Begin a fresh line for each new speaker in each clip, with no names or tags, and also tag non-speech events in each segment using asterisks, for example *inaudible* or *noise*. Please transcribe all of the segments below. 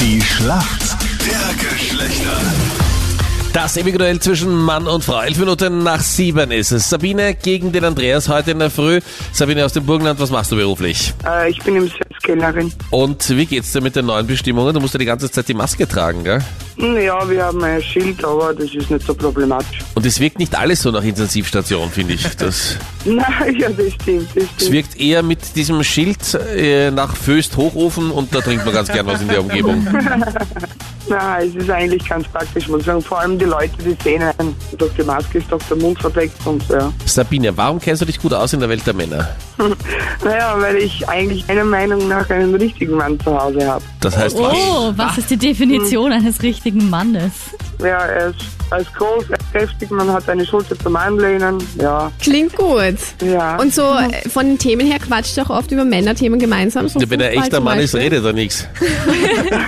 Die Schlacht der Geschlechter.
Das ewige Duell zwischen Mann und Frau. Elf Minuten nach sieben ist es. Sabine gegen den Andreas heute in der Früh. Sabine aus dem Burgenland, was machst du beruflich?
Äh, ich bin im Selbstkellerin.
Und wie geht's dir mit den neuen Bestimmungen? Du musst ja die ganze Zeit die Maske tragen, gell?
Hm, Ja, wir haben ein Schild, aber das ist nicht so problematisch. *laughs*
Und es wirkt nicht alles so nach Intensivstation, finde ich. Das,
Nein, ja, das stimmt. Das
es
stimmt.
wirkt eher mit diesem Schild äh, nach Föst Hochofen und da trinkt man ganz gern was in der Umgebung.
Nein, es ist eigentlich ganz praktisch, muss ich sagen. Vor allem die Leute, die sehen einen. Durch die Maske ist doch der Mund verdeckt und ja.
Sabine, warum kennst du dich gut aus in der Welt der Männer?
Naja, weil ich eigentlich meiner Meinung nach einen richtigen Mann zu Hause habe.
Das heißt was?
Oh, was ist die Definition eines richtigen Mannes?
Ja, er ist, er ist groß, er ist kräftig, man hat eine Schulter zum Anlehnen. Ja,
Klingt gut.
ja.
Und so äh, von den Themen her quatscht ihr auch oft über Männerthemen gemeinsam. So
Wenn er
Fußball
echter
zum
Mann ist,
Beispiel.
redet er nichts.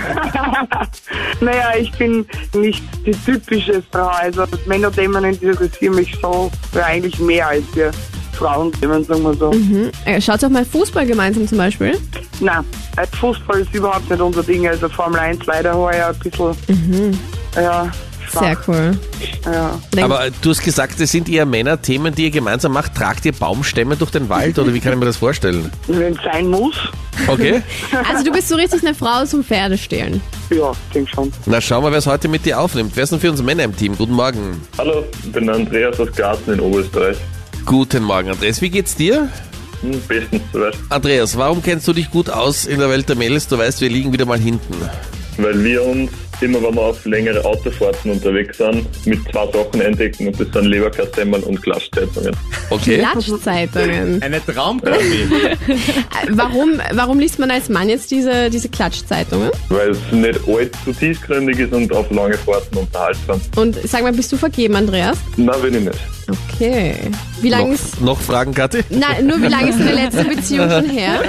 *laughs* naja, ich bin nicht die typische Frau. Also Männerthemen interessieren mich so ja, eigentlich mehr als wir Frauenthemen, sagen wir so.
Äh, Schaut doch mal Fußball gemeinsam zum Beispiel.
Nein, äh, Fußball ist überhaupt nicht unser Ding. Also Formel 1 leider heuer ein bisschen. Ja,
Sehr
schwach,
cool.
ja.
Denk-
Aber äh, du hast gesagt, es sind eher Männerthemen, die ihr gemeinsam macht. Tragt ihr Baumstämme durch den Wald oder wie kann ich mir das vorstellen?
Wenn es sein muss,
Okay?
Also du bist so richtig eine Frau zum Pferdestehlen.
ja, ich denke schon.
Na schauen wir, wer es heute mit dir aufnimmt. Wer ist denn für uns Männer im Team? Guten Morgen.
Hallo, ich bin der Andreas aus Garten in Oberösterreich.
Guten Morgen, Andreas. Wie geht's dir?
Hm, Bestens soweit,
Andreas, warum kennst du dich gut aus in der Welt der Mädels? Du weißt, wir liegen wieder mal hinten.
weil wir uns immer, wenn wir auf längere Autofahrten unterwegs sind, mit zwei Sachen eindecken und das sind Leberkassemmern und Glaszeitungen.
Okay?
Klatschzeitungen.
Eine Traumkombi.
Äh, Warum, warum liest man als Mann jetzt diese, diese Klatschzeitungen?
Weil es nicht allzu tiefgründig ist und auf lange Fahrten unterhaltsam.
Und sag mal, bist du vergeben, Andreas?
Na, bin ich nicht.
Okay. Wie lange ist...
Noch, noch Fragen, Kathi?
Nein, nur wie lange ist deine
*laughs*
letzte Beziehung schon her?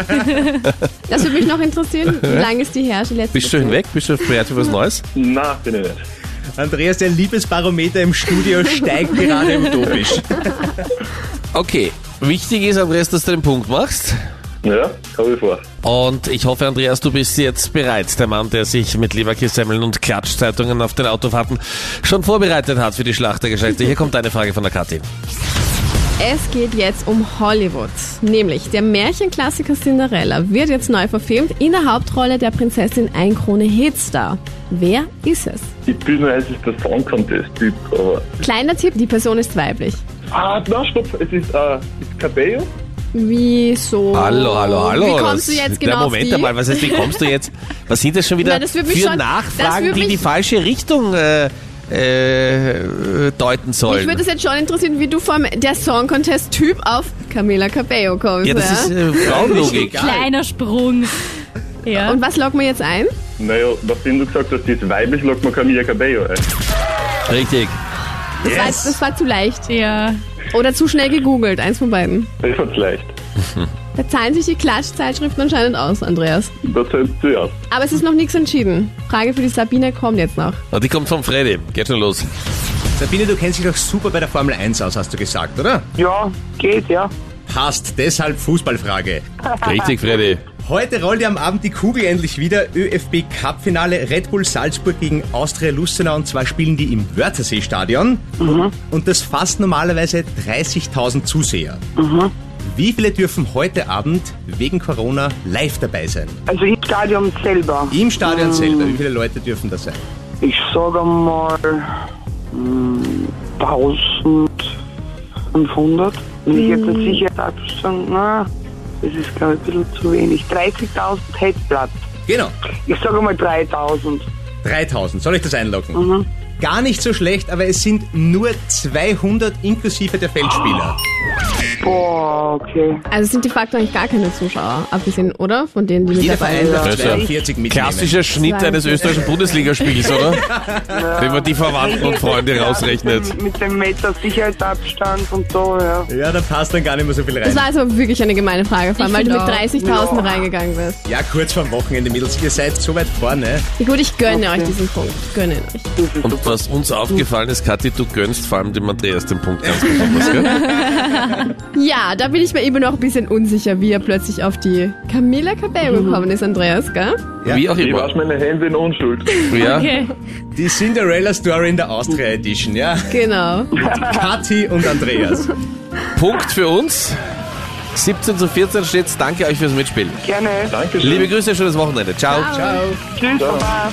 Das würde mich noch interessieren. Wie lange ist die her, die letzte
Bist du hinweg? Bist du bereit für was Neues?
Na, bin ich nicht.
*laughs* Andreas, der Liebesbarometer im Studio steigt gerade im Dopisch.
Okay. Wichtig ist, Andreas, dass du den Punkt machst.
Ja, habe ich vor.
Und ich hoffe, Andreas, du bist jetzt bereit. Der Mann, der sich mit Leberkissemmeln und Klatschzeitungen auf den Autofahrten schon vorbereitet hat für die Schlacht der Geschlechter. Hier kommt eine Frage von der Kathi.
Es geht jetzt um Hollywood. Nämlich der Märchenklassiker Cinderella wird jetzt neu verfilmt in der Hauptrolle der Prinzessin Einkrone Hitstar. Wer ist es?
Ich bin mir, es ist der Song Contest-Typ, aber.
Kleiner Tipp, die Person ist weiblich.
Ah, na, stopp, es ist, äh, ist Cabello?
Wieso?
Oh, Hallo, hallo, hallo.
Wie kommst du
Das-
jetzt
Na,
genau
Moment
auf die?
einmal, was heißt, wie kommst du jetzt? Was sind das schon wieder
Na, das würd mich
für
schon- das
Nachfragen,
würd
die
mich-
die falsche Richtung äh, äh, äh, deuten
Mich würde
sollen?
es jetzt schon interessieren, wie du vom der Song Contest Typ auf Camila Cabello kommst.
Ja, das ist
ja?
äh,
*laughs*
Frauenlogik.
Kleiner Sprung. Ja.
Und was lockt man jetzt ein?
Naja, nachdem du gesagt hast, die ist weiblich, lockt man Camilla Cabello ein.
Richtig.
Das, war, das war zu leicht.
ja.
Oder zu schnell gegoogelt, eins von beiden.
Das ist leicht.
Da zahlen sich die Klatschzeitschriften anscheinend aus, Andreas.
Das hältst du ja.
Aber es ist noch nichts entschieden. Frage für die Sabine kommt jetzt noch.
Und die kommt von Freddy. Geht schon los.
Sabine, du kennst dich doch super bei der Formel 1 aus, hast du gesagt, oder?
Ja, geht, ja.
Passt, deshalb Fußballfrage.
Richtig, Freddy.
Heute rollt ja am Abend die Kugel endlich wieder. ÖFB Cup-Finale Red Bull Salzburg gegen Austria Lustenau und zwar spielen die im Wörthersee-Stadion. Und das fasst normalerweise 30.000 Zuseher. Wie viele dürfen heute Abend wegen Corona live dabei sein?
Also im Stadion selber.
Im Stadion
Mhm.
selber, wie viele Leute dürfen das sein?
Ich sage mal hm, 1500. Wenn ich jetzt nicht sicher darf, sagen, na, das ist glaube ich ein bisschen zu wenig. 30.000 hätte Platz.
Genau,
Ich sage mal 3.000.
3.000. Soll ich das einloggen?
Mhm.
Gar nicht so schlecht, aber es sind nur 200 inklusive der Feldspieler.
Oh,
Boah, okay.
Also sind de facto eigentlich gar keine Zuschauer, abgesehen, oder? Von denen, die mit
Jeder
dabei
Verein
sind.
darf
Das ist ja
42 mitnehmen.
Klassischer Schnitt
Wahnsinn.
eines österreichischen Bundesligaspiels, oder? Wenn man die Verwandten und Freunde
Ja,
rausrechnet.
Mit dem, mit dem Meter Sicherheitsabstand und so, ja.
Ja, da passt dann gar nicht mehr so viel rein.
Das war also wirklich eine gemeine Frage, vor allem,
Ich
weil du mit
finde auch.
30.000
Ja.
reingegangen bist.
Ja, kurz vorm Wochenende, Mädels. Ihr seid so weit vorne.
Ja, gut, ich gönne euch diesen Punkt. Ich gönne ihn euch.
Und was uns aufgefallen ist, Kathi, du gönnst vor allem dem Andreas den Punkt ganz besonders, gell?
Ja, da bin ich mir eben noch ein bisschen unsicher, wie er plötzlich auf die Camila
Mhm.
Cabello gekommen ist, Andreas, gell?
Ja.
Wie auch
Ich
immer.
wasche meine Hände in Unschuld.
Ja.
Okay.
Die Cinderella Story in der Austria
*laughs*
Edition, ja.
Genau.
Kathi und Andreas.
Punkt für uns. 17 zu 14 steht's. Danke euch fürs Mitspielen.
Gerne.
Dankeschön.
Liebe Grüße, schönes Wochenende. Ciao.
Ciao.
Tschüss, Baba.